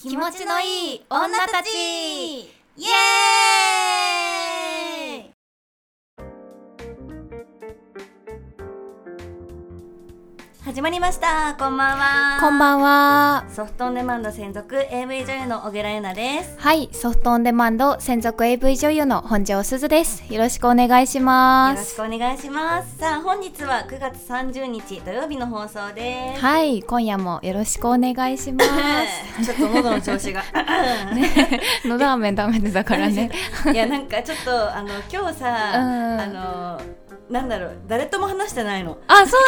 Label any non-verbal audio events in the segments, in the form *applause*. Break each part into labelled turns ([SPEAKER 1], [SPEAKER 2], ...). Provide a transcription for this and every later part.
[SPEAKER 1] 気持ちのいい女たちイエーイ始まりましたこんばんは
[SPEAKER 2] こんばんは。
[SPEAKER 1] ソフトオンデマンド専属 AV 女優の小倉優奈です
[SPEAKER 2] はい、ソフトオンデマンド専属 AV 女優の本庄すずです。よろしくお願いしま
[SPEAKER 1] よろし
[SPEAKER 2] す。
[SPEAKER 1] くお願いしますさあ本日は9月30日土曜日の放送です
[SPEAKER 2] はい、今夜もよろしくお願いし
[SPEAKER 1] *laughs*
[SPEAKER 2] ます。
[SPEAKER 1] ちょっと喉の調子が
[SPEAKER 2] のど飴ダメだからね。
[SPEAKER 1] *laughs* いやなんかちょっとあの今日さ、
[SPEAKER 2] うん
[SPEAKER 1] あのなんだろう誰とも話してないの
[SPEAKER 2] *laughs*
[SPEAKER 1] *laughs*
[SPEAKER 2] あ、そ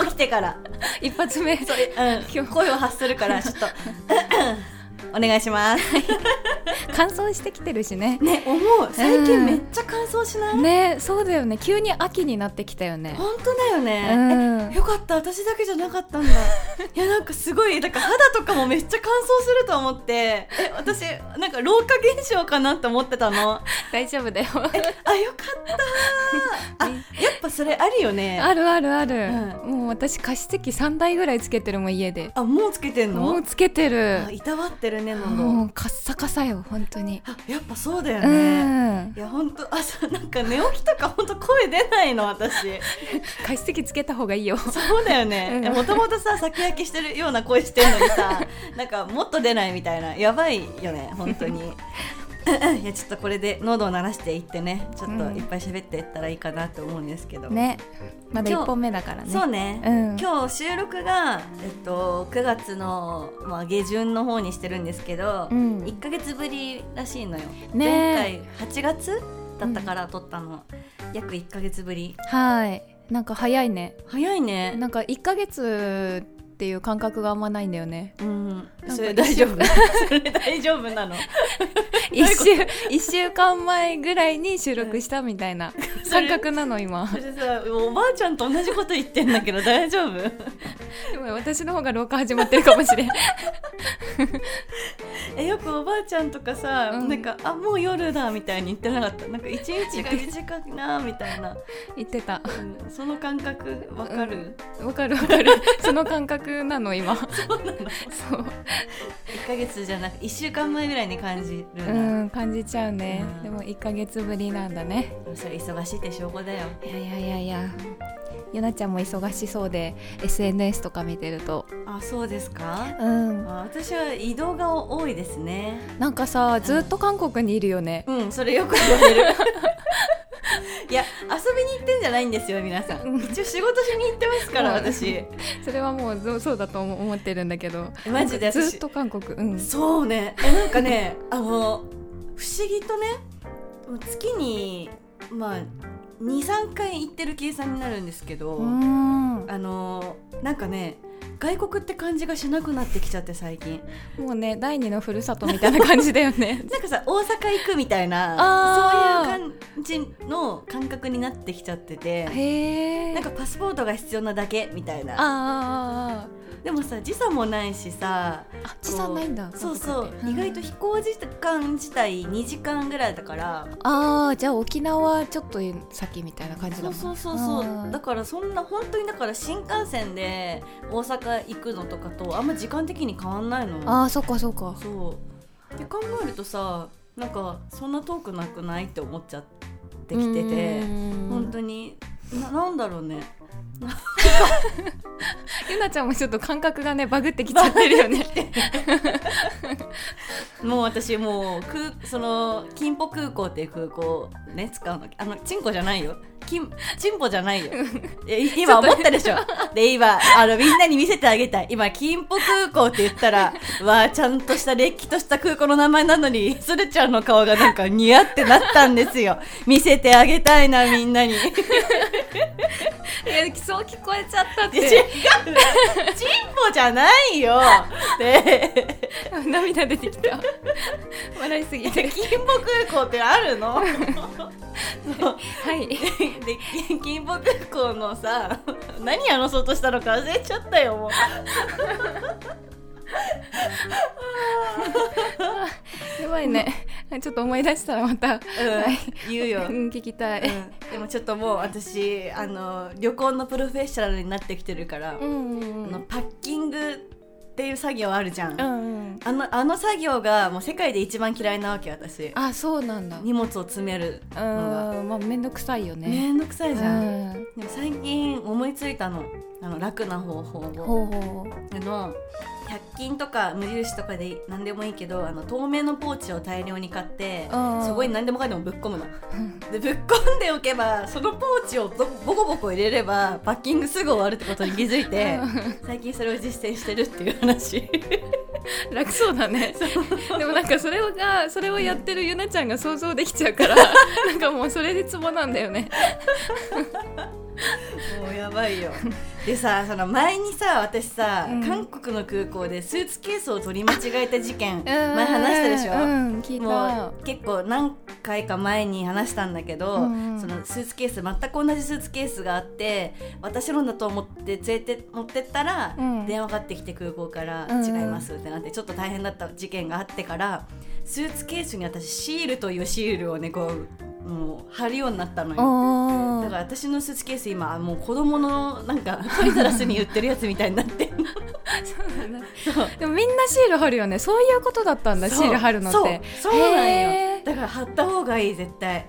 [SPEAKER 2] う。
[SPEAKER 1] 起きてから、
[SPEAKER 2] 一発 *laughs* 目。
[SPEAKER 1] うん、声を発する *laughs* からちょっと *coughs* お願いします
[SPEAKER 2] 乾燥してきてるしね。
[SPEAKER 1] ね思う最近めっちゃ乾燥しない、
[SPEAKER 2] ね、そうだよね。急に秋になってきたよね。
[SPEAKER 1] 本当だよ
[SPEAKER 2] う
[SPEAKER 1] ね、 *laughs*
[SPEAKER 2] ん。
[SPEAKER 1] よかった私だけじゃなか *laughs* ったんだいやなんかすごいだから肌とかもめっちゃ乾燥すると思ってえ私なんか老化現象かなって思ってた *laughs* の
[SPEAKER 2] 大丈夫だよ。
[SPEAKER 1] あよか *laughs* ったあやっぱそれあるよね
[SPEAKER 2] *laughs* あるあるある。
[SPEAKER 1] う
[SPEAKER 2] もう私加湿器三台ぐらいつけてるもん家で。
[SPEAKER 1] あもうつけてん
[SPEAKER 2] もう
[SPEAKER 1] の
[SPEAKER 2] つけて
[SPEAKER 1] あ
[SPEAKER 2] る。
[SPEAKER 1] いたわってるね
[SPEAKER 2] も
[SPEAKER 1] 喉
[SPEAKER 2] うカッサカサよ本当に。
[SPEAKER 1] あやっぱそうだよ
[SPEAKER 2] う
[SPEAKER 1] ね
[SPEAKER 2] ん
[SPEAKER 1] い。や本当朝なんか寝起きとか本当声出ないの
[SPEAKER 2] *laughs*
[SPEAKER 1] 私
[SPEAKER 2] 加湿器つけた方がいいよ。
[SPEAKER 1] そうだよ
[SPEAKER 2] う
[SPEAKER 1] ね
[SPEAKER 2] ん
[SPEAKER 1] もともとさ先焼きしてるような声してんのに
[SPEAKER 2] *laughs*
[SPEAKER 1] さなんかもっと出ないみたいなやばいよね本当に *laughs* いやちょっとこれで喉を鳴らしていってねちょっといっぱい喋っていったらいいかなと思うんですけど、
[SPEAKER 2] ねまだ一
[SPEAKER 1] 今日
[SPEAKER 2] 本目だからね
[SPEAKER 1] そうね、
[SPEAKER 2] うん
[SPEAKER 1] 今日収録が、えっと、9月の、まあ、下旬の方にしてるんですけど、
[SPEAKER 2] うん
[SPEAKER 1] 1か月ぶりらしいのよ、前
[SPEAKER 2] ね
[SPEAKER 1] 回8月だったから撮ったの、約1か月ぶり
[SPEAKER 2] はいなんか早いね
[SPEAKER 1] 早いね
[SPEAKER 2] なんか1ヶ月っていう感覚があんまないんだよね
[SPEAKER 1] うん
[SPEAKER 2] ん、か
[SPEAKER 1] それ大丈夫 *laughs* それ大丈夫なの
[SPEAKER 2] 1週一週間前ぐらいに収録したみたいな
[SPEAKER 1] *laughs* それ
[SPEAKER 2] 感覚なの今
[SPEAKER 1] それさおばあちゃんと同じこと言ってんだけど大丈夫
[SPEAKER 2] でも私の方が老化始まってるか
[SPEAKER 1] *laughs*
[SPEAKER 2] もしれん
[SPEAKER 1] えよくおばあちゃんとかさ、
[SPEAKER 2] うん
[SPEAKER 1] なんか「あもう夜だ」みたいに言ってなかったなんか一日が短いなみたいな、
[SPEAKER 2] 言ってた
[SPEAKER 1] うんその感覚わかる、
[SPEAKER 2] わかるわかるその感覚な
[SPEAKER 1] *laughs*
[SPEAKER 2] の今そう
[SPEAKER 1] 1ヶ月じゃなく1週間前ぐらいに感じる
[SPEAKER 2] う
[SPEAKER 1] な、
[SPEAKER 2] ん感じちゃうね
[SPEAKER 1] うん
[SPEAKER 2] でも1ヶ月ぶりなんだね
[SPEAKER 1] それ忙しいって証拠だよ
[SPEAKER 2] いやいやいやいやゆなちゃんも忙しそうで SNS とか見てると
[SPEAKER 1] あそうですか
[SPEAKER 2] うん
[SPEAKER 1] あ私は移動が多いですね
[SPEAKER 2] なんかさずっと韓国にいるよね、
[SPEAKER 1] うんそれよく言われるいや遊びに行ってんじゃないんですよ皆さん一応仕事しに行ってますから
[SPEAKER 2] うん
[SPEAKER 1] 私
[SPEAKER 2] それはもうそうそうだと思思ってるんだけど
[SPEAKER 1] マジで私
[SPEAKER 2] ずっと韓国うん
[SPEAKER 1] そうねえなんかね *laughs* あの不思議とね月にまあ23回行ってる計算になるんですけど、
[SPEAKER 2] うん
[SPEAKER 1] あのーなんかね外国って感じがしなくなってきちゃって最近
[SPEAKER 2] もうね第二のふるさとみたいな感じだ
[SPEAKER 1] *laughs*
[SPEAKER 2] よね
[SPEAKER 1] なんかさ大阪行くみたいな
[SPEAKER 2] あー
[SPEAKER 1] そういう感じの感覚になってきちゃってて
[SPEAKER 2] へえ
[SPEAKER 1] なんかパスポートが必要なだけみたいな
[SPEAKER 2] あー
[SPEAKER 1] でもさ時差もないしさ
[SPEAKER 2] あーあーあ時差ないんだ
[SPEAKER 1] こうそうそ
[SPEAKER 2] 韓
[SPEAKER 1] う
[SPEAKER 2] 国って
[SPEAKER 1] 意外と
[SPEAKER 2] ん
[SPEAKER 1] 飛行時間自体2時間ぐらいだから
[SPEAKER 2] ああじゃあ沖縄ちょっと先みたいな感じだ
[SPEAKER 1] そ
[SPEAKER 2] も
[SPEAKER 1] うんそうそうそ
[SPEAKER 2] あ
[SPEAKER 1] う
[SPEAKER 2] ー
[SPEAKER 1] だからそんな本当にだから新幹線で大阪行くのとかとあんま時間的に変わんないの
[SPEAKER 2] ああそっかそっか
[SPEAKER 1] そうって考えるとさなんかそんな遠くなくないって思っちゃってきてて本当
[SPEAKER 2] に
[SPEAKER 1] にななんだろうね
[SPEAKER 2] ゆなちゃんもちょっと感覚がねバグってきちゃってるよね
[SPEAKER 1] もう私もう空その金浦空港っていう空港ね使うのあのチンコじゃないよ金チンポじゃないよえ今思ったでしょで今あのみんなに見せてあげたい今金浦空港って言ったらわあちゃんとしたれっきとした空港の名前なのにスルちゃんの顔がなんか似合ってなったんですよ見せてあげたいなみんなに。
[SPEAKER 2] いやそう聞こえちゃったっ
[SPEAKER 1] いや違う
[SPEAKER 2] て
[SPEAKER 1] チンポじゃないよで
[SPEAKER 2] 涙出てきた笑いすぎて
[SPEAKER 1] 金浦空港ってあるのそう
[SPEAKER 2] はい
[SPEAKER 1] *laughs* で金浦空港のさ *laughs* 何話そうとしたのか忘れちゃったよもう
[SPEAKER 2] やばいねちょっと思い出したらまた、はい、
[SPEAKER 1] 言うよ、
[SPEAKER 2] うん、聞きたい、
[SPEAKER 1] うんでもちょっともう私あの旅行のプロフェッショナルになってきてるから、
[SPEAKER 2] うんうん
[SPEAKER 1] あ
[SPEAKER 2] う
[SPEAKER 1] の
[SPEAKER 2] ん
[SPEAKER 1] パッキングっていう作業あるじゃん、
[SPEAKER 2] うんうん
[SPEAKER 1] あのあの作業がもう世界で一番嫌いなわけ私
[SPEAKER 2] あそうなんだ
[SPEAKER 1] 荷物を詰める
[SPEAKER 2] うーんまあ面倒くさいよね
[SPEAKER 1] めんどくさいじゃん、
[SPEAKER 2] うん
[SPEAKER 1] でも最近思いついたのあの楽な方法を
[SPEAKER 2] ほうほう
[SPEAKER 1] あの100均とか無印とかで何でもいいけどあの透明のポーチを大量に買って
[SPEAKER 2] うん
[SPEAKER 1] そこに何でもかんでもぶっ込むのでぶっ込んでおけばそのポーチをどボコボコ入れればパッキングすぐ終わるってことに気づいて最近それを実践してるっていう話
[SPEAKER 2] 楽そうだねでもなんかそれがそれをやってるゆなちゃんが想像できちゃうから *laughs* なんかもうそれでツボなんだよね
[SPEAKER 1] *laughs* もうやばいよでさその前にさ私さ、
[SPEAKER 2] うん
[SPEAKER 1] 韓国の空港でスーツケースを取り間違えた事件
[SPEAKER 2] うんうん
[SPEAKER 1] 前話したでしょ、
[SPEAKER 2] うん聞い
[SPEAKER 1] も
[SPEAKER 2] た
[SPEAKER 1] う結構何回か前に話したんだけど、
[SPEAKER 2] うんうん
[SPEAKER 1] そのスーツケース全く同じスーツケースがあって私のだと思って連れて持ってったら、
[SPEAKER 2] うん
[SPEAKER 1] 電話かかってきて空港から
[SPEAKER 2] うん
[SPEAKER 1] 「違います」ってなってちょっと大変だった事件があってからスーツケースに私シールというシールをねこうもう貼るようになったのよ。
[SPEAKER 2] お
[SPEAKER 1] だから
[SPEAKER 2] ー
[SPEAKER 1] 私のスーツケース今もう子供のなんかトイザラスに言ってるやつみたいになってんのそう
[SPEAKER 2] でもみんなシール貼るよねそういうことだったんだ
[SPEAKER 1] そう
[SPEAKER 2] シール貼るのって
[SPEAKER 1] そうそうなん
[SPEAKER 2] へ
[SPEAKER 1] よ
[SPEAKER 2] ー
[SPEAKER 1] だから貼った方がいい絶対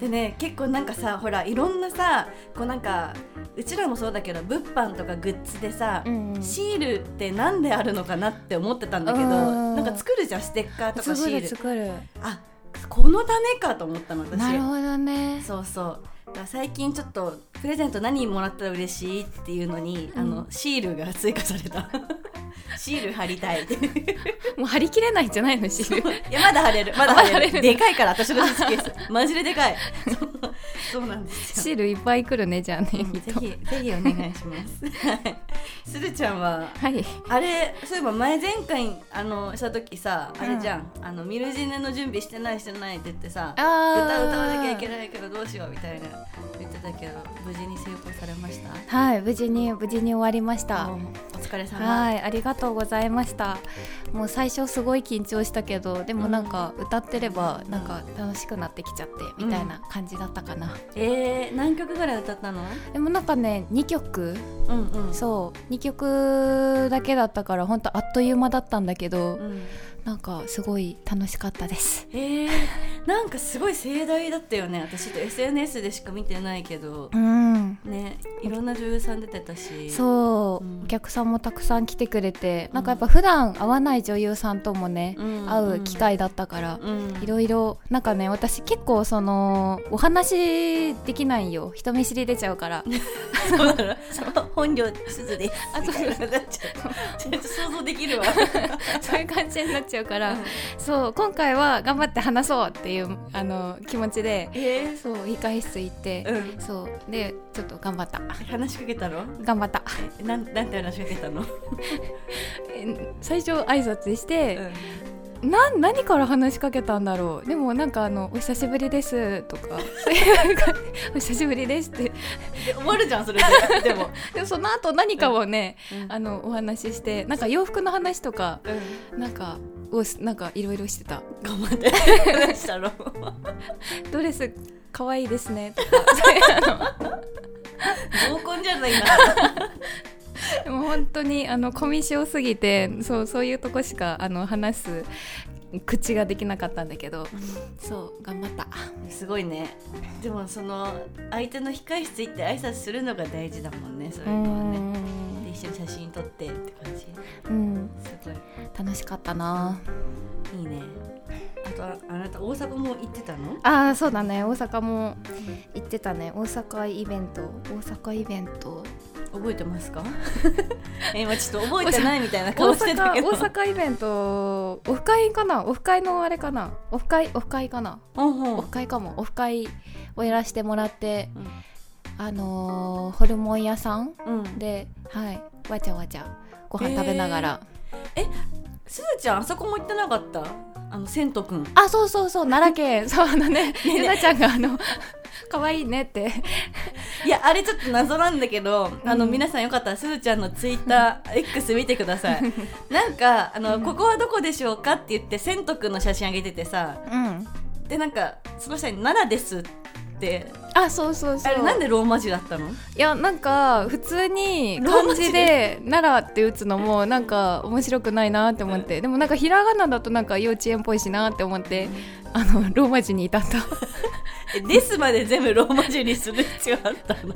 [SPEAKER 1] でね結構なんかさほらいろんなさこうなんかうちらもそうだけど物販とかグッズでさ、
[SPEAKER 2] うんうん
[SPEAKER 1] シールってなんであるのかなって思ってたんだけど
[SPEAKER 2] うん
[SPEAKER 1] なんか作るじゃんステッカーとかシ
[SPEAKER 2] 作
[SPEAKER 1] ー
[SPEAKER 2] る
[SPEAKER 1] ル
[SPEAKER 2] 作る
[SPEAKER 1] あこのためかと思ったの私
[SPEAKER 2] なるほどね
[SPEAKER 1] そうそうだから最近ちょっとプレゼント何もらったら嬉しいっていうのに、あのシールが追加された *laughs* シール貼りたいって
[SPEAKER 2] もう貼り切れないんじゃないのシール
[SPEAKER 1] *laughs* いやまだ晴れるまだ晴れる
[SPEAKER 2] まだ晴れる
[SPEAKER 1] でかいから私のスーツケ *laughs* ースマジででかいそうそうなんです
[SPEAKER 2] シ
[SPEAKER 1] よ
[SPEAKER 2] ールいっぱい来るねじゃあね
[SPEAKER 1] うん
[SPEAKER 2] き
[SPEAKER 1] ぜ
[SPEAKER 2] っと
[SPEAKER 1] ひぜひお願いし *laughs* ますはいするちゃんは
[SPEAKER 2] はい
[SPEAKER 1] あれそういえば前前回あのした時さあれじゃん、あのミルジネの準備してないしてないって言ってさ
[SPEAKER 2] あ
[SPEAKER 1] 歌
[SPEAKER 2] ー
[SPEAKER 1] 歌わなきゃいけないけどどうしようみたいな言ってたけど無事に成功されました
[SPEAKER 2] はい無事に無事に終わりました
[SPEAKER 1] どうもお疲れ様
[SPEAKER 2] はいありがとうございましたもう最初すごい緊張したけどでもなんか歌ってればなんか楽しくなってきちゃってみたいな感じだったかな、
[SPEAKER 1] えー、何曲ぐらい歌ったの
[SPEAKER 2] でもなんかね2曲
[SPEAKER 1] うんうん
[SPEAKER 2] そう2曲だけだったからほんとあっという間だったんだけど、
[SPEAKER 1] うん
[SPEAKER 2] なんかすごい楽しかったです
[SPEAKER 1] えー、なんかすごい盛大だったよね私と SNS でしか見てないけど
[SPEAKER 2] うん
[SPEAKER 1] ねいろんな女優さん出てたしう
[SPEAKER 2] そう、
[SPEAKER 1] うん
[SPEAKER 2] お客さんもたくさん来てくれて、
[SPEAKER 1] ん
[SPEAKER 2] なんかやっぱ普段会わない女優さんともね、
[SPEAKER 1] うん
[SPEAKER 2] 会う機会だったから、
[SPEAKER 1] うん
[SPEAKER 2] いろいろなんかね私結構そのお話できないよ人見知り出ちゃうから
[SPEAKER 1] そうなの本領すずです
[SPEAKER 2] あそうそう
[SPEAKER 1] みたいななっちゃうちょっと想像できるわ
[SPEAKER 2] *laughs* そういう感じになっちゃうから、
[SPEAKER 1] うん
[SPEAKER 2] そう今回は頑張って話そうっていうあの気持ちで
[SPEAKER 1] え
[SPEAKER 2] そう控 *laughs* え室行って、
[SPEAKER 1] うん
[SPEAKER 2] そうでちょっと頑張った
[SPEAKER 1] ー、話しかけたの
[SPEAKER 2] 頑張った
[SPEAKER 1] えなんなんて話しかけたの、
[SPEAKER 2] え *laughs* 最初挨拶して、な何から話しかけたんだろうでもなんかあの「お久しぶりです」とか *laughs* 「お久しぶりです」って
[SPEAKER 1] で終わるじゃんそれででも、
[SPEAKER 2] でもその後何かをね、
[SPEAKER 1] うん
[SPEAKER 2] あのお話ししてなんか洋服の話とか
[SPEAKER 1] うん、
[SPEAKER 2] なんかをしなんかいろいろしてた
[SPEAKER 1] 頑張
[SPEAKER 2] *laughs*
[SPEAKER 1] って話したの
[SPEAKER 2] ドレス可愛いです *laughs* ねとか
[SPEAKER 1] 合コンじゃないな
[SPEAKER 2] でも本当にあのコミショすぎてそうそういうとこしかあの話す口ができなかったんだけどそう頑張った
[SPEAKER 1] すごいねでもその相手の控室行って挨拶するのが大事だもんねそういう
[SPEAKER 2] う
[SPEAKER 1] のはね
[SPEAKER 2] ん
[SPEAKER 1] で一緒に写真撮ってって感じす
[SPEAKER 2] うん
[SPEAKER 1] ごい
[SPEAKER 2] 楽しかったない
[SPEAKER 1] いねあとああなた大阪も行ってたの
[SPEAKER 2] あーそうだね大阪も行ってたね大阪イベント大阪イベント
[SPEAKER 1] 覚えてますか *laughs* え今ちょっと覚えてないみたいな顔してたけど
[SPEAKER 2] 大阪大阪イベントオフ会かなオフ会のあれかなオフ会オフ会かな
[SPEAKER 1] うんうん
[SPEAKER 2] オフ会かもオフ会をやらせてもらって
[SPEAKER 1] うん
[SPEAKER 2] あのーホルモン屋さん
[SPEAKER 1] うん
[SPEAKER 2] ではいわちゃわちゃご飯食べながら、
[SPEAKER 1] すずちゃんあそこも行ってなかったあの千とくん
[SPEAKER 2] あそうそうそう奈良県そうあのねゆなちゃんがあの可愛いねって
[SPEAKER 1] いやあれちょっと謎なんだけど、あの
[SPEAKER 2] うん
[SPEAKER 1] 皆さんよかったらすずちゃんのツイッター X 見てくださ
[SPEAKER 2] *laughs*
[SPEAKER 1] いなんかあの、ここはどこでしょうか?」って言って千とくんの写真あげててさ
[SPEAKER 2] うん
[SPEAKER 1] でなんかその下に「奈良です」って
[SPEAKER 2] あそうそうそ
[SPEAKER 1] あ
[SPEAKER 2] う
[SPEAKER 1] れなんでローマ字だった
[SPEAKER 2] *laughs*
[SPEAKER 1] の
[SPEAKER 2] いやなんか普通に
[SPEAKER 1] ロー
[SPEAKER 2] 漢
[SPEAKER 1] マ字
[SPEAKER 2] 字で「奈良」って打つのもなんか面白くないなって思ってでもなんかひらがなだとなんか幼稚園っぽいしなって思ってあのローマ字に至った
[SPEAKER 1] *laughs* えですまで全部ローマ字にする必要あったの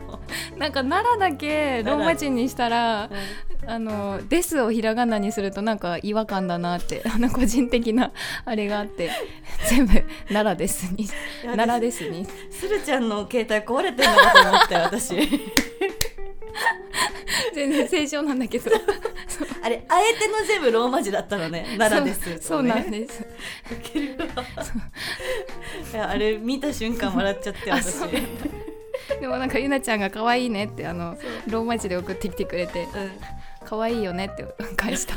[SPEAKER 2] なんか奈良だけローマ字にしたら
[SPEAKER 1] *laughs*
[SPEAKER 2] 「あのです」をひらがなにするとなんか違和感だなってあの個人的なあれがあって全部「奈良です」に「
[SPEAKER 1] や
[SPEAKER 2] 奈良です」に
[SPEAKER 1] するちゃんの携帯壊れてるのかと思って私
[SPEAKER 2] *laughs* 全然正常なんだけど
[SPEAKER 1] あれあえての全部ローマ字だったのね奈良です、
[SPEAKER 2] そうそうなん
[SPEAKER 1] ね
[SPEAKER 2] です
[SPEAKER 1] いやあれ見た瞬間笑っちゃって
[SPEAKER 2] あ
[SPEAKER 1] 私
[SPEAKER 2] そうでもなんかゆなちゃんが可愛いねってあのローマ字で送ってきてくれて
[SPEAKER 1] うん
[SPEAKER 2] 可愛いよねって *laughs* 返した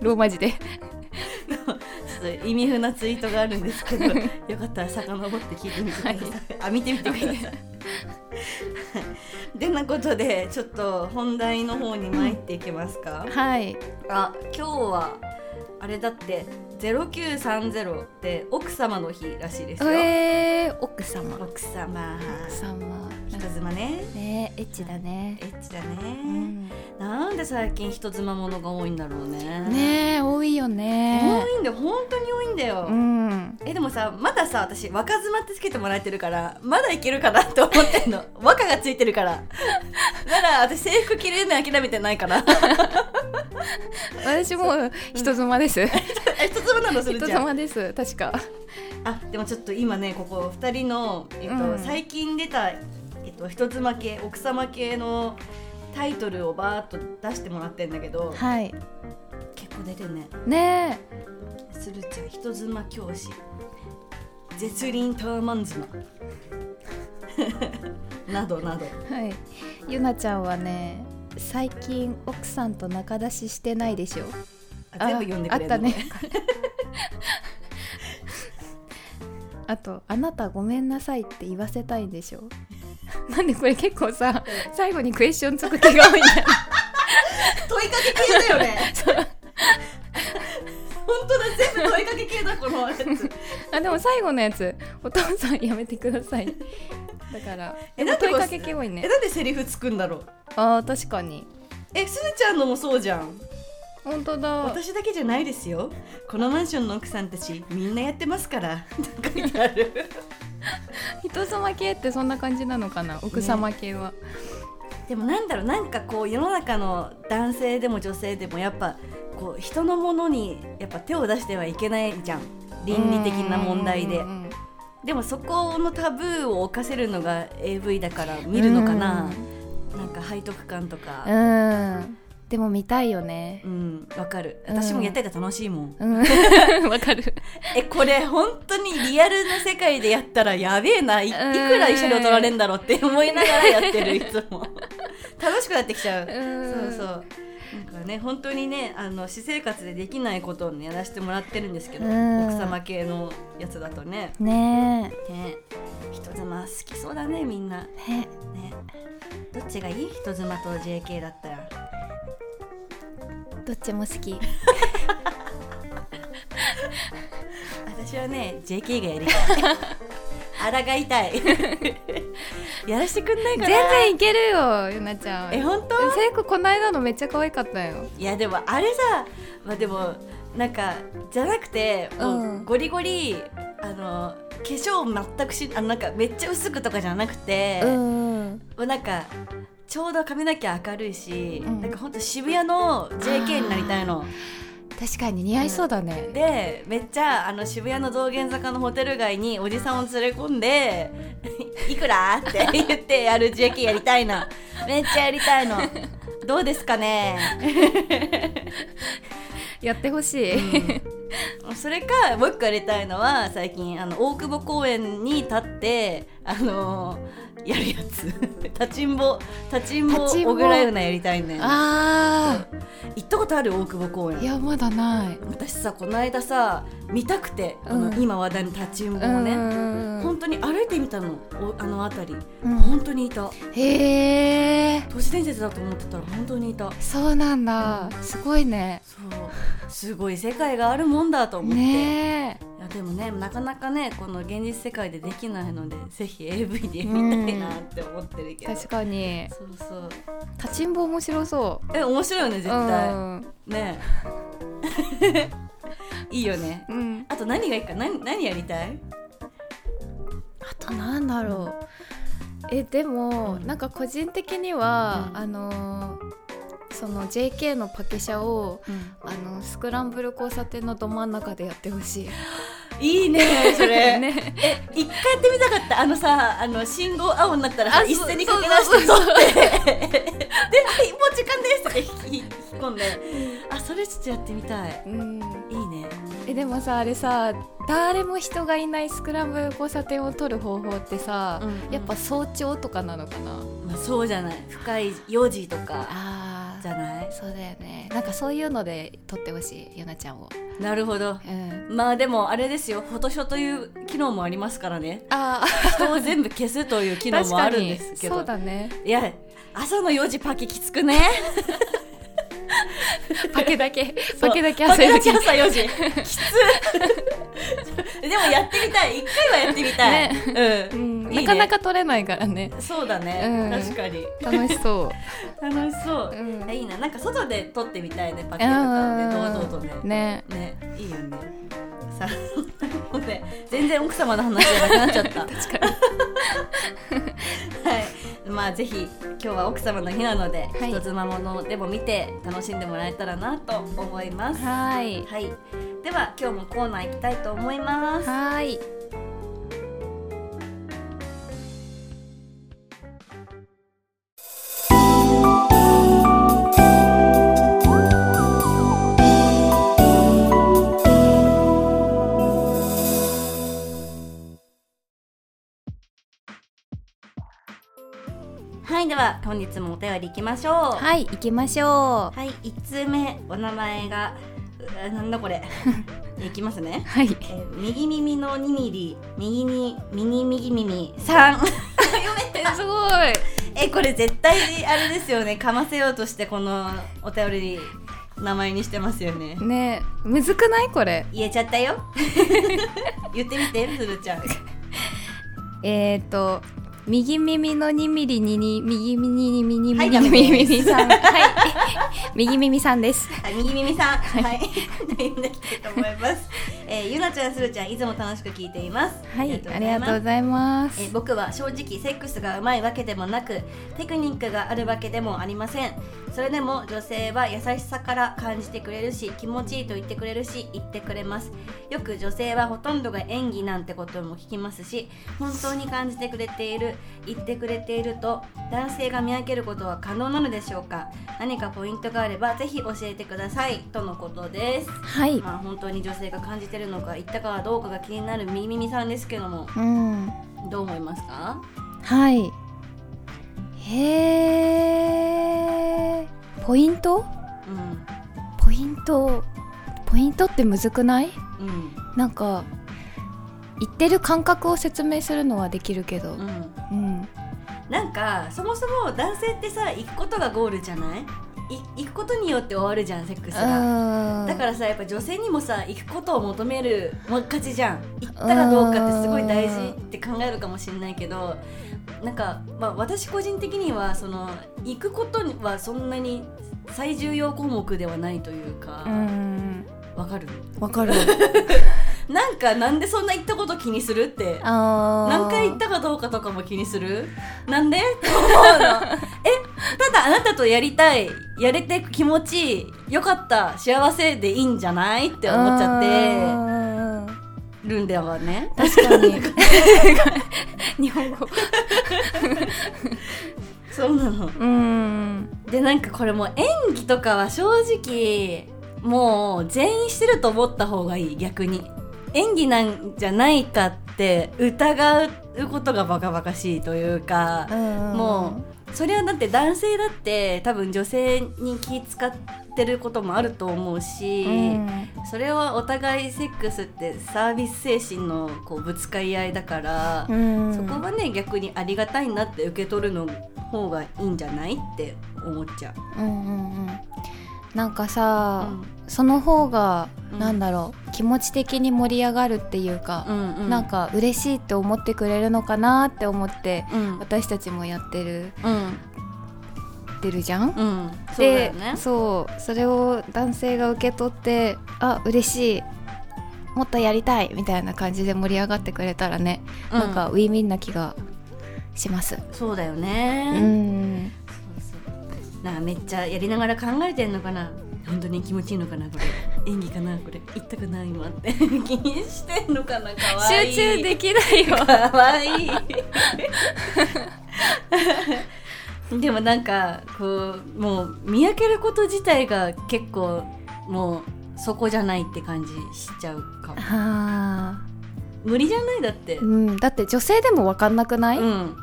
[SPEAKER 2] ローマ字で
[SPEAKER 1] ちょっと意味不なツイートがあるんです *laughs* けどよかったら遡って聞いてみてください、あ見てみてくださいでなことでちょっと本題の方に参っていけますか
[SPEAKER 2] はい
[SPEAKER 1] あ今日はあれだって0930って奥様の日らしいですよ、
[SPEAKER 2] えー、奥様
[SPEAKER 1] 奥様
[SPEAKER 2] 奥様なんか
[SPEAKER 1] 人妻ね
[SPEAKER 2] ねエッチだね
[SPEAKER 1] エッチだね、
[SPEAKER 2] うん
[SPEAKER 1] なんで最近人妻ものが多いんだろうね
[SPEAKER 2] ねえ多いよね
[SPEAKER 1] 多いんだよ本当に多いんだよ、
[SPEAKER 2] うん
[SPEAKER 1] えでもさまださ私若妻ってつけてもらえてるからまだいけるかなって思ってん
[SPEAKER 2] *laughs*
[SPEAKER 1] の若がついてるからなら私制服着れるの諦めてない
[SPEAKER 2] *laughs*
[SPEAKER 1] から
[SPEAKER 2] 私もう人妻です
[SPEAKER 1] え一つもなのする
[SPEAKER 2] 人
[SPEAKER 1] ちゃん
[SPEAKER 2] 妻です確か
[SPEAKER 1] あでもちょっと今ねここ2人の、えっと
[SPEAKER 2] うん
[SPEAKER 1] 最近出た、えっと、人妻系奥様系のタイトルをバーッと出してもらってんだけど
[SPEAKER 2] はい
[SPEAKER 1] 結構出てるね
[SPEAKER 2] ね
[SPEAKER 1] するちゃん人妻教師絶倫タワマン
[SPEAKER 2] *laughs*
[SPEAKER 1] 妻 *laughs* などなど
[SPEAKER 2] えはいゆなちゃんはね最近奥さんと仲出ししてないでしょ
[SPEAKER 1] あ全部読んでくれる
[SPEAKER 2] ああったねあと「あなたごめんなさい」って言わせたいんでしょ *laughs* なんでこれ結構さ最後にクエスチョンつく手が多いんだよ
[SPEAKER 1] 問いかけ系だよ *laughs* ね。本当だ、全部問いかけ系だ、このやつ。
[SPEAKER 2] *laughs* あでも最後のやつ「お父さんやめてください」だから
[SPEAKER 1] え
[SPEAKER 2] でも
[SPEAKER 1] なんで
[SPEAKER 2] 問い
[SPEAKER 1] こう
[SPEAKER 2] かけ系多い
[SPEAKER 1] え、
[SPEAKER 2] ね
[SPEAKER 1] なんでセリフつくんだろう。
[SPEAKER 2] あー確かに
[SPEAKER 1] え、すずちゃんのもそうじゃん。
[SPEAKER 2] 本当だ
[SPEAKER 1] 私だけじゃないですよ。このマンションの奥さんたち、みんなやってますから。って書いてある。
[SPEAKER 2] 人様系ってそんな感じなのかな奥様系は、
[SPEAKER 1] *laughs* でも、なんだろう、なんかこう、世の中の男性でも女性でも、やっぱ。こう、人のものに、やっぱ手を出してはいけないじゃん。倫理的な問題で
[SPEAKER 2] うん。うんうん
[SPEAKER 1] でも、そこのタブーを犯せるのが A. V. だから、見るのかな。なんか背徳感とか。
[SPEAKER 2] うんでも見たいよね
[SPEAKER 1] うんわかる
[SPEAKER 2] うん
[SPEAKER 1] 私もやってて楽しいもん、
[SPEAKER 2] うん *laughs* わかる
[SPEAKER 1] えこれ本当にリアルな世界でやったらやべえないいくら慰謝料取られんだろうって思いながらやってるいつも *laughs* 楽しくなってきちゃうそうそううなんかね本当にねあの私生活でできないことをねやらせてもらってるんですけど
[SPEAKER 2] うん
[SPEAKER 1] 奥様系のやつだとね
[SPEAKER 2] ね
[SPEAKER 1] ね人妻好きそうだねみんなね
[SPEAKER 2] えね
[SPEAKER 1] どっちがいい人妻と JK だったら
[SPEAKER 2] どっちも
[SPEAKER 1] *laughs*
[SPEAKER 2] 好き
[SPEAKER 1] 私はね JK がやりたいあらがいた
[SPEAKER 2] *laughs*
[SPEAKER 1] いやらしてくんないか
[SPEAKER 2] 全
[SPEAKER 1] な
[SPEAKER 2] 然いけるよゆなちゃん
[SPEAKER 1] え本当
[SPEAKER 2] 聖子この間のめっちゃ可愛かったよ
[SPEAKER 1] いやでもあれさまあでもなんかじゃなくても
[SPEAKER 2] う
[SPEAKER 1] うんゴリゴリ、あの化粧全くしあのなんかめっちゃ薄くとかじゃなくて、も
[SPEAKER 2] ん
[SPEAKER 1] うなんかちょうど髪の毛明るいし、
[SPEAKER 2] うん
[SPEAKER 1] なんかほんと渋谷の JK になりたいの。
[SPEAKER 2] 確かに似合いそうだね
[SPEAKER 1] でめっちゃあの渋谷の道玄坂のホテル街におじさんを連れ込ん
[SPEAKER 2] *laughs*
[SPEAKER 1] で「いくら?」って *laughs* 言ってやる JK やりたいなめっちゃやりたいのどうですかね、
[SPEAKER 2] やってほし
[SPEAKER 1] う
[SPEAKER 2] い
[SPEAKER 1] んそれかもう一個やりたいのは最近あの大久保公園に立ってあのーやるやつ立ちんぼ立ちんぼ
[SPEAKER 2] 立ちんぼ
[SPEAKER 1] 小倉優奈やりたいね行
[SPEAKER 2] あ
[SPEAKER 1] ったことある大久保公園
[SPEAKER 2] いやまだない
[SPEAKER 1] 私さこの間さ見たくて、こ
[SPEAKER 2] う
[SPEAKER 1] の
[SPEAKER 2] ん
[SPEAKER 1] 今話題の立ちんぼをね、本当に歩いてみたのおあの辺り、
[SPEAKER 2] うん
[SPEAKER 1] 本当にいた
[SPEAKER 2] へえ
[SPEAKER 1] 都市伝説だと思ってたら本当にいた
[SPEAKER 2] そうなんだすごいね
[SPEAKER 1] そうすごい世界があるもんだと思って、
[SPEAKER 2] ねえ
[SPEAKER 1] いやでもねなかなかねこの現実世界でできないのでぜひ AV で見たいなって思ってるけど、
[SPEAKER 2] 確かに
[SPEAKER 1] そうそう
[SPEAKER 2] 立ちんぼ面白そう
[SPEAKER 1] え面白いよね絶対、
[SPEAKER 2] うん *laughs*
[SPEAKER 1] ねえいいよね
[SPEAKER 2] うん、
[SPEAKER 1] あと何がいいか何何やりたい
[SPEAKER 2] あとなんだろうえでも、
[SPEAKER 1] うん
[SPEAKER 2] なんか個人的には、
[SPEAKER 1] うん
[SPEAKER 2] あのーその JK のパケシャをあのスクランブル交差点のど真ん中でやってほしい。
[SPEAKER 1] いいねそれ
[SPEAKER 2] *laughs* ね、
[SPEAKER 1] 一回やってみたかったあのさあの信号青になったら
[SPEAKER 2] あ
[SPEAKER 1] さ一
[SPEAKER 2] そう
[SPEAKER 1] 斉に駆け出して
[SPEAKER 2] そう
[SPEAKER 1] 取
[SPEAKER 2] そ
[SPEAKER 1] ってではいもう時間ですって引き引き込んであそれちょっとやってみたい
[SPEAKER 2] うん、
[SPEAKER 1] いいね
[SPEAKER 2] えでもさあれさ誰も人がいないスクランブル交差点を撮る方法ってさ、
[SPEAKER 1] うんうん
[SPEAKER 2] やっぱ早朝とかなのかな。
[SPEAKER 1] まあ、そうじゃない深い4時とか
[SPEAKER 2] あ
[SPEAKER 1] じゃない
[SPEAKER 2] そうだよね。なんかそういうので撮ってほしいゆなちゃんを。
[SPEAKER 1] なるほど
[SPEAKER 2] うん、
[SPEAKER 1] まあでもあれですよフォトショーという機能もありますからね
[SPEAKER 2] *laughs* ああ
[SPEAKER 1] 人を全部消すという機能もあるんですけど
[SPEAKER 2] そうだね。
[SPEAKER 1] いや朝の4時パケきつくね
[SPEAKER 2] *laughs* パケだけ
[SPEAKER 1] そう
[SPEAKER 2] パケだけ朝
[SPEAKER 1] パ
[SPEAKER 2] 4時
[SPEAKER 1] ケだけ朝4時
[SPEAKER 2] *laughs*
[SPEAKER 1] きつでもやってみたい一回はやってみたい、う、
[SPEAKER 2] うんん、
[SPEAKER 1] いいね
[SPEAKER 2] なかなか撮れないからね。
[SPEAKER 1] そうだ
[SPEAKER 2] うん
[SPEAKER 1] ね、確かに
[SPEAKER 2] 楽し *laughs* そう。
[SPEAKER 1] 楽しそう、
[SPEAKER 2] うん
[SPEAKER 1] いいななんか外で撮ってみたいねパケとかで
[SPEAKER 2] うんうんうん
[SPEAKER 1] 堂々とね
[SPEAKER 2] ね。
[SPEAKER 1] ねいいよねさあ *laughs* もうね全然奥様の話じゃなくなっちゃ
[SPEAKER 2] *laughs*
[SPEAKER 1] った
[SPEAKER 2] 確かに。
[SPEAKER 1] はい、まあぜひ今日は奥様の日なので、
[SPEAKER 2] はい
[SPEAKER 1] 人妻ものでも見て楽しんでもらえたらなと思います。は
[SPEAKER 2] はい
[SPEAKER 1] い、。では今日もコーナー行きたいと思います。
[SPEAKER 2] はい。
[SPEAKER 1] はい、では本日もお便り行きましょう。は
[SPEAKER 2] はい、行きましょ
[SPEAKER 1] い、一通目お名前がうーなんだこ
[SPEAKER 2] *laughs*
[SPEAKER 1] れ。行きますね
[SPEAKER 2] う。。はい。
[SPEAKER 1] えー右耳の2ミリ、右に右右耳3。
[SPEAKER 2] *laughs* すごい。
[SPEAKER 1] *laughs* えこれ絶対あれですよね。かませようとしてこのお便り名前にしてますよね。
[SPEAKER 2] ねえむずくないこれ
[SPEAKER 1] 言えちゃった
[SPEAKER 2] *laughs*
[SPEAKER 1] よ言ってみてするちゃん
[SPEAKER 2] えっ、ー、と右耳の2ミリにに右耳にに右
[SPEAKER 1] はいダ
[SPEAKER 2] 耳
[SPEAKER 1] メです
[SPEAKER 2] 右耳さんはい *laughs* 右耳さんです
[SPEAKER 1] はい右耳さんはい *laughs* 悩んできてると思います、えー、ゆなちゃんするちゃんいつも楽しく聞いています
[SPEAKER 2] はいありがとうございます
[SPEAKER 1] えー僕は正直セックスがうまいわけでもなくテクニックがあるわけでもありませんそれでも女性は優しさから感じてくれるし気持ちいいと言ってくれるし言ってくれますよく女性はほとんどが演技なんてことも聞きますし本当に感じてくれている言ってくれていると男性が見分けることは可能なのでしょうか何かポイントがあればぜひ教えてくださいとのことです
[SPEAKER 2] はい
[SPEAKER 1] まあ本当に女性が感じてるのか言ったかどうかが気になるみみみさんですけども
[SPEAKER 2] うん
[SPEAKER 1] どう思いますか
[SPEAKER 2] はいへえポイント
[SPEAKER 1] う
[SPEAKER 2] ポイントポイントってむずくない
[SPEAKER 1] んうん
[SPEAKER 2] なんか言ってる感覚を説明するのはできるけど
[SPEAKER 1] うん
[SPEAKER 2] うん
[SPEAKER 1] なんかそもそも男性ってさ行くことがゴールじゃないい行くことによって終わるじゃんセックスが。だ
[SPEAKER 2] だ
[SPEAKER 1] からさやっぱ女性にもさ行くことを求めるもう勝ちじゃん行ったらどうかってすごい大事って考えるかもしれないけどなんか、まあ、私個人的にはその行くことはそんなに最重要項目ではないというか
[SPEAKER 2] うん
[SPEAKER 1] わかる
[SPEAKER 2] わかる
[SPEAKER 1] *laughs* なんかなんでそんな行ったこと気にするって
[SPEAKER 2] あー
[SPEAKER 1] 何回行ったかどうかとかも気にす
[SPEAKER 2] *laughs*
[SPEAKER 1] るなんでって思うのえ *laughs* ただあなたとやりたいやれて気持ちいいよかった幸せでいいんじゃないって思っちゃってるんだよね
[SPEAKER 2] あー確か
[SPEAKER 1] *laughs*
[SPEAKER 2] に日本語
[SPEAKER 1] そうなの
[SPEAKER 2] うん
[SPEAKER 1] でなんかこれもう演技とかは正直もう全員してると思った方がいい逆に演技なんじゃないかって疑うことがバカバカしいというかもうそれはだって男性だって多分女性に気使ってることもあると思うし、それはお互いセックスってサービス精神のこうぶつかり合いだから、
[SPEAKER 2] ん
[SPEAKER 1] そこはね逆にありがたいなって受け取るの方がいいんじゃないって思っちゃう。
[SPEAKER 2] うんうんうんなんか
[SPEAKER 1] う
[SPEAKER 2] さ、
[SPEAKER 1] ん
[SPEAKER 2] その方が、
[SPEAKER 1] うん
[SPEAKER 2] なんだろう気持ち的に盛り上がるっていうか、
[SPEAKER 1] うんうん、
[SPEAKER 2] なんか嬉しいって思ってくれるのかなって思って
[SPEAKER 1] うん
[SPEAKER 2] 私たちもやってる
[SPEAKER 1] うん
[SPEAKER 2] ってるじゃ
[SPEAKER 1] う
[SPEAKER 2] ん、
[SPEAKER 1] んそうだ
[SPEAKER 2] で
[SPEAKER 1] よね
[SPEAKER 2] そうそれを男性が受け取ってあ嬉しいもっとやりたいみたいな感じで盛り上がってくれたらね、
[SPEAKER 1] うん
[SPEAKER 2] なんかウィンウィンな気がします。
[SPEAKER 1] そうだよ
[SPEAKER 2] う
[SPEAKER 1] ね、
[SPEAKER 2] ん、
[SPEAKER 1] なんかめっちゃやりながら考えてんのかな本当に気持ちいいのかなこれ演技かなこれ言ったくない今って気にしてんのかなかわいい
[SPEAKER 2] 集中できな
[SPEAKER 1] *laughs*
[SPEAKER 2] いよ。
[SPEAKER 1] かわいいでもなんかこうもう見分けること自体が結構もうそこじゃないって感じしちゃうかも
[SPEAKER 2] はあ、
[SPEAKER 1] 無理じゃないだって
[SPEAKER 2] う、
[SPEAKER 1] うん
[SPEAKER 2] だって女性でもわかんなくない？うん、
[SPEAKER 1] ん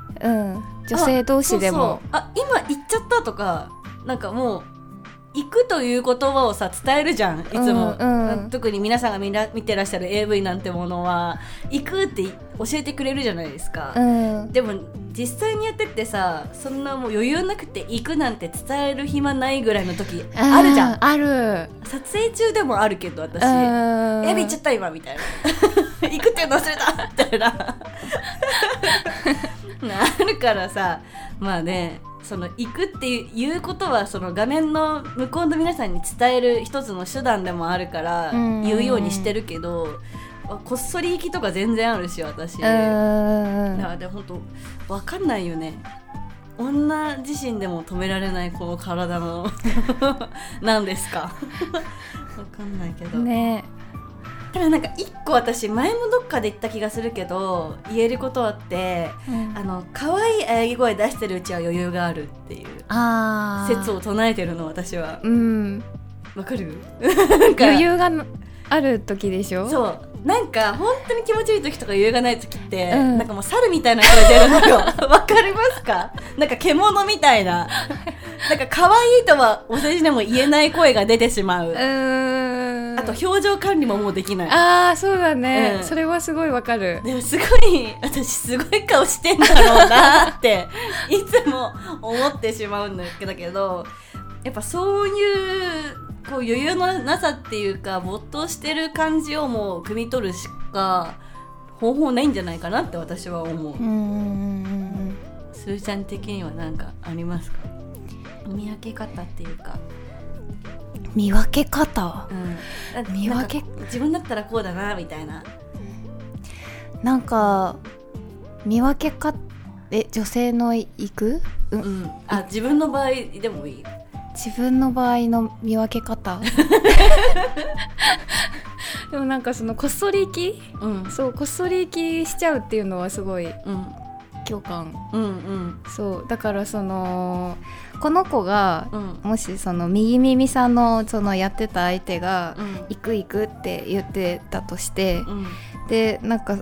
[SPEAKER 2] 女性同士で
[SPEAKER 1] そう
[SPEAKER 2] も
[SPEAKER 1] そうあ今行っちゃったとかなんかもう行くという言葉をさ伝えるじゃんいつも、
[SPEAKER 2] うんうん
[SPEAKER 1] 特に皆さんがみら見てらっしゃる AV なんてものは行くって教えてくれるじゃないですか、
[SPEAKER 2] うん、
[SPEAKER 1] でも実際にやってってさそんなもう余裕なくて行くなんて伝える暇ないぐらいの時あるじゃん
[SPEAKER 2] ーある。
[SPEAKER 1] 撮影中でもあるけど私「
[SPEAKER 2] うん
[SPEAKER 1] やべ行っちゃった今」みたいな「 *laughs* 行くっていうの忘れた」みたい
[SPEAKER 2] *laughs*
[SPEAKER 1] なあるからさまあねその行くっていうことはその画面の向こうの皆さんに伝える一つの手段でもあるから
[SPEAKER 2] うん
[SPEAKER 1] 言うようにしてるけどこっそり行きとか全然あるし私。
[SPEAKER 2] うん
[SPEAKER 1] だからでも本当わかんないよね女自身でも止められないこの体の *laughs* なんです
[SPEAKER 2] *laughs*
[SPEAKER 1] かわかんないけど、
[SPEAKER 2] ね、
[SPEAKER 1] ただなんか一個私前もどっかで言った気がするけど言えることあって
[SPEAKER 2] うん
[SPEAKER 1] あの可愛い喘ぎ声出してるうちは余裕があるっていう
[SPEAKER 2] あー
[SPEAKER 1] 説を唱えてるの私は
[SPEAKER 2] うん、
[SPEAKER 1] わか
[SPEAKER 2] *laughs*
[SPEAKER 1] るなんか
[SPEAKER 2] 余裕がある時でしょ
[SPEAKER 1] そうなんか本当に気持ちいい時とか余裕がない時って、
[SPEAKER 2] うん
[SPEAKER 1] なんかもう猿みたいな声出るのよ *laughs* わかりますかなんか獣みたいななんか可愛いとはお世辞でも言えない声が出てしまう、
[SPEAKER 2] うーん
[SPEAKER 1] あと表情管理ももうできない
[SPEAKER 2] あーそうだね、
[SPEAKER 1] うん
[SPEAKER 2] それはすごいわかる
[SPEAKER 1] でもすごい私すごい顔してんだろうなって *laughs* いつも思ってしまうんだけどやっぱそういうこう余裕のなさっていうか没頭してる感じをもう汲み取るしか方法ないんじゃないかなって私は思う
[SPEAKER 2] う。んうんうん
[SPEAKER 1] すーちゃん的には何かありますか見分け方っていうか、
[SPEAKER 2] うん見分け方
[SPEAKER 1] うん、
[SPEAKER 2] 見分け
[SPEAKER 1] なんか自分だったらこうだなみたいな。
[SPEAKER 2] なんか見分け方え女性の行く、うん、
[SPEAKER 1] うん、あ自分の場合でもいい。
[SPEAKER 2] 自分の場合の見分け方 *laughs* でもなんかそのこっそり行き
[SPEAKER 1] うん
[SPEAKER 2] そうこっそり行きしちゃうっていうのはすごい
[SPEAKER 1] うん
[SPEAKER 2] 共感
[SPEAKER 1] うんうん
[SPEAKER 2] そうだからそのこの子が
[SPEAKER 1] うん
[SPEAKER 2] もしその右耳さんのそのやってた相手が
[SPEAKER 1] うん
[SPEAKER 2] 「行く行く」って言ってたとして
[SPEAKER 1] うん
[SPEAKER 2] でなんか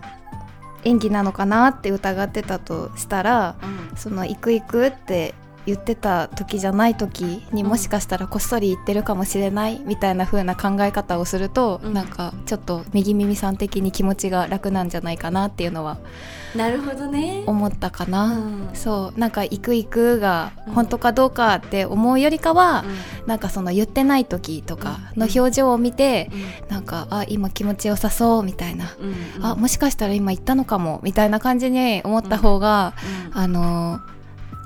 [SPEAKER 2] 演技なのかなって疑ってたとしたらその「行く行く」って言ってた時じゃない時に
[SPEAKER 1] うん
[SPEAKER 2] もしかしたらこっそり言ってるかもしれないみたいな風な考え方をすると、
[SPEAKER 1] うん
[SPEAKER 2] なんかちょっと右耳さん的に気持ちが楽なんじゃないかなっていうのは
[SPEAKER 1] なるほどね。
[SPEAKER 2] 思ったか
[SPEAKER 1] う
[SPEAKER 2] な。
[SPEAKER 1] ん
[SPEAKER 2] そうなんか「行く行く」が
[SPEAKER 1] うん
[SPEAKER 2] 本当かどうかって思うよりかは、
[SPEAKER 1] う
[SPEAKER 2] なんかその言ってない時とかの表情を見て、
[SPEAKER 1] ん
[SPEAKER 2] なんかあ今気持ちよさそうみたいな、
[SPEAKER 1] うんうん
[SPEAKER 2] あもしかしたら今言ったのかもみたいな感じに思った方が、
[SPEAKER 1] うん
[SPEAKER 2] あのー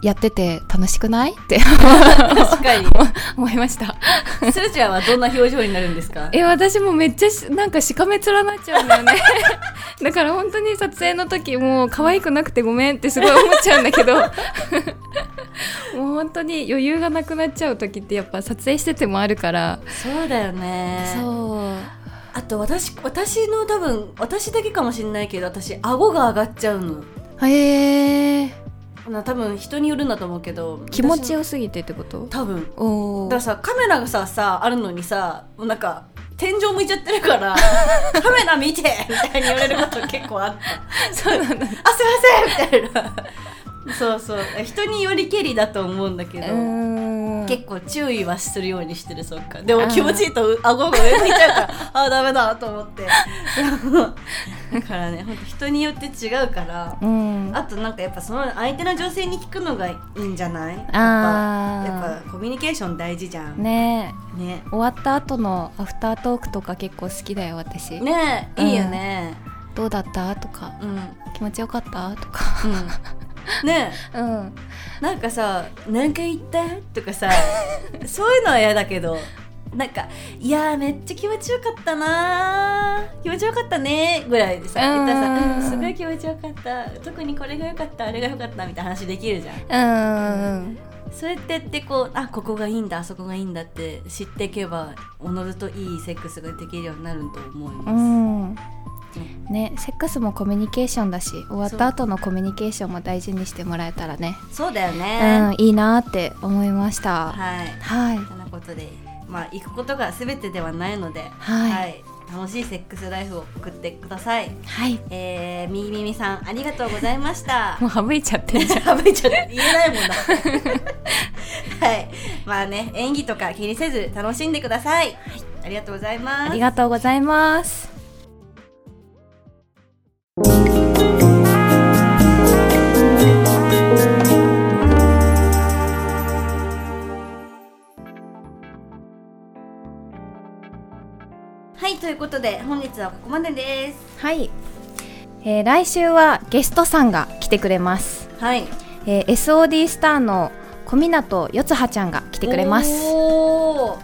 [SPEAKER 2] やってて楽しくないって *laughs*
[SPEAKER 1] 確かに。
[SPEAKER 2] 思いました
[SPEAKER 1] スルちゃんはどんな表情になるんですか？
[SPEAKER 2] え私もめっちゃしなんかしかめ面なっちゃうんだよ *laughs* ねだから本当に撮影の時もう可愛くなくてごめんってすごい思っちゃうんだけど *laughs* もう本当に余裕がなくなっちゃう時ってやっぱ撮影しててもあるから、
[SPEAKER 1] そうだよね。
[SPEAKER 2] そう
[SPEAKER 1] あと私私の多分私だけかもしれないけど私顎が上がっちゃうの。
[SPEAKER 2] へえ
[SPEAKER 1] な多分人によるんだと思うけど。
[SPEAKER 2] 気持ち
[SPEAKER 1] よ。
[SPEAKER 2] よすぎてってこと
[SPEAKER 1] 多分。だ
[SPEAKER 2] おお
[SPEAKER 1] からさカメラがささあるのにさもうなんか。天井向いちゃってる
[SPEAKER 2] *laughs*
[SPEAKER 1] から、カメラ見てみたいに言われること結構あった。
[SPEAKER 2] そうなんだ
[SPEAKER 1] *laughs* あすいませんみたいなそうそう人によりけりだと思うんだけど、結構注意はするようにしてるそっかでも
[SPEAKER 2] あー
[SPEAKER 1] 気持ちいいとう顎が上向いち
[SPEAKER 2] *laughs*
[SPEAKER 1] ゃうからあーダメだと思ってだからねほんと人によって違うから
[SPEAKER 2] うん
[SPEAKER 1] あとなんかやっぱその相手の女性に聞くのがいいんじゃないやっぱ
[SPEAKER 2] あー
[SPEAKER 1] やっぱコミュニケーション大事じゃんね
[SPEAKER 2] ね
[SPEAKER 1] ね
[SPEAKER 2] え終わった後のアフタートークとか結構好きだよ私、
[SPEAKER 1] いいよね
[SPEAKER 2] どうだったとか *laughs*
[SPEAKER 1] うん、うん
[SPEAKER 2] 気持ちよかったとか
[SPEAKER 1] ね
[SPEAKER 2] *laughs* うん
[SPEAKER 1] なんかさ「何回行った?」とかさそういうのは嫌だけどなんか「いやーめっちゃ気持ちよかったなー気持ちよかったね」ぐらいでさ
[SPEAKER 2] うん
[SPEAKER 1] 言ったらさうんすごい気持ちよかった特にこれがよかったあれがよかった」みたいな話できるじゃん
[SPEAKER 2] うん
[SPEAKER 1] それってってこうあここがいいんだあそこがいいんだって知っていけばおのずといいセックスができるようになると思います、
[SPEAKER 2] うんねセックスもコミュニケーションだし終わった後のコミュニケーションも大事にしてもらえたらね、
[SPEAKER 1] そうだよ
[SPEAKER 2] うん
[SPEAKER 1] ね、
[SPEAKER 2] いいなって思いました
[SPEAKER 1] はい
[SPEAKER 2] はい
[SPEAKER 1] そんなことでまあ行くことが全てではないので
[SPEAKER 2] はい
[SPEAKER 1] 楽しいセックスライフを送ってください
[SPEAKER 2] はい
[SPEAKER 1] えー、みーみみさんありがとうございました
[SPEAKER 2] もう省いちゃってるじゃん
[SPEAKER 1] 食べちゃって言えないもんだ *laughs* はいまあね演技とか気にせず楽しんでください、ありがとうございます
[SPEAKER 2] *laughs* ありがとうございます。
[SPEAKER 1] はいということで本日はここまでです
[SPEAKER 2] はい、えー来週はゲストさんが来てくれます。
[SPEAKER 1] はい
[SPEAKER 2] えー SOD スターの小湊よつはちゃんが来てくれます。
[SPEAKER 1] おー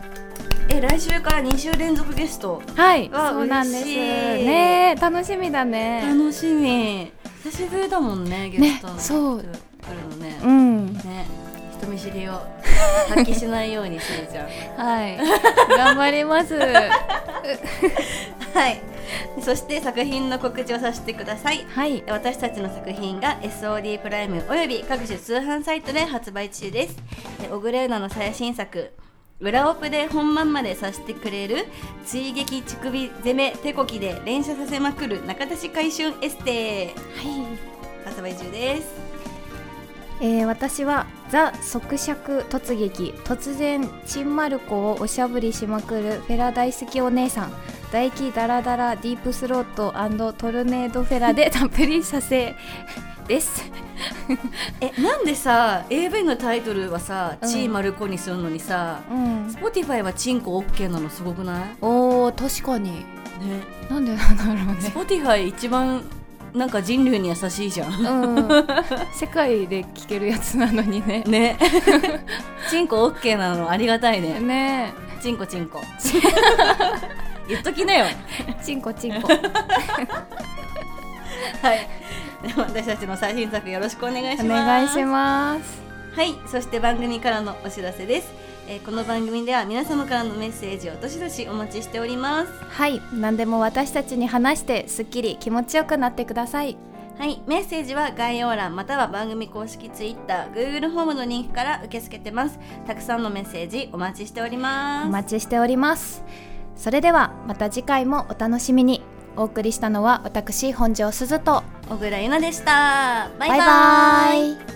[SPEAKER 1] え来週から2週連続ゲスト
[SPEAKER 2] はい、
[SPEAKER 1] わあ
[SPEAKER 2] そうなんです。
[SPEAKER 1] 嬉しい
[SPEAKER 2] ねえ、楽しみだね。
[SPEAKER 1] 楽しみ久しぶりだもんねゲスト
[SPEAKER 2] ねそう
[SPEAKER 1] 来るのね
[SPEAKER 2] うん、
[SPEAKER 1] ね人見知りを発揮しないようにするじゃん
[SPEAKER 2] はい、 *laughs* 頑張ります。は
[SPEAKER 1] *laughs* はいそして作品の告知をさせてください
[SPEAKER 2] い、
[SPEAKER 1] 私たちの作品が SOD プライムおよび各種通販サイトで発売中ですえ小倉優奈の最新作裏オプで本番までさせてくれる追撃乳首攻め手こきで連射させまくる中田市回春エステ
[SPEAKER 2] はい。
[SPEAKER 1] 発売中です
[SPEAKER 2] えー私はザ・即尺突撃突然ちんまる子をおしゃぶりしまくるフェラ大好きお姉さん唾液ダラダラディープスロートトルネードフェラ *laughs* でたっぷり射精です
[SPEAKER 1] えなんでさ AV のタイトルはさ「
[SPEAKER 2] うん
[SPEAKER 1] ちいまる子」にするのにさ、
[SPEAKER 2] うん
[SPEAKER 1] スポティファイはチンコ OK なのすごくない
[SPEAKER 2] おー確かに
[SPEAKER 1] ね
[SPEAKER 2] なんでなんだろう
[SPEAKER 1] ス
[SPEAKER 2] ね
[SPEAKER 1] ポティファイ一番なんか人類に優しいじゃん
[SPEAKER 2] うん世界で聞けるやつなのにね
[SPEAKER 1] *laughs* ね *laughs* チンコ OK なのありがたいね
[SPEAKER 2] ね
[SPEAKER 1] チンコチン *laughs* コ言っときなよ
[SPEAKER 2] えちんこちんこ
[SPEAKER 1] はいでは私たちの最新作よろしくお願いします
[SPEAKER 2] お願いします
[SPEAKER 1] はい、そして番組からのお知らせです。えーこの番組では皆様からのメッセージをどしどしお待ちしております。
[SPEAKER 2] はい何でも私たちに話してすっきり気持ちよくなってください
[SPEAKER 1] はい、メッセージは概要欄または番組公式 Twitter、Google ホームのリンクから受け付けてます。たくさんのメッセージお待ちしております。
[SPEAKER 2] お待ちしておりますそれではまた次回もお楽しみにお送りしたのは私本庄すずと
[SPEAKER 1] 小倉優奈でした。バイバ
[SPEAKER 2] バイバ
[SPEAKER 1] イ
[SPEAKER 2] イ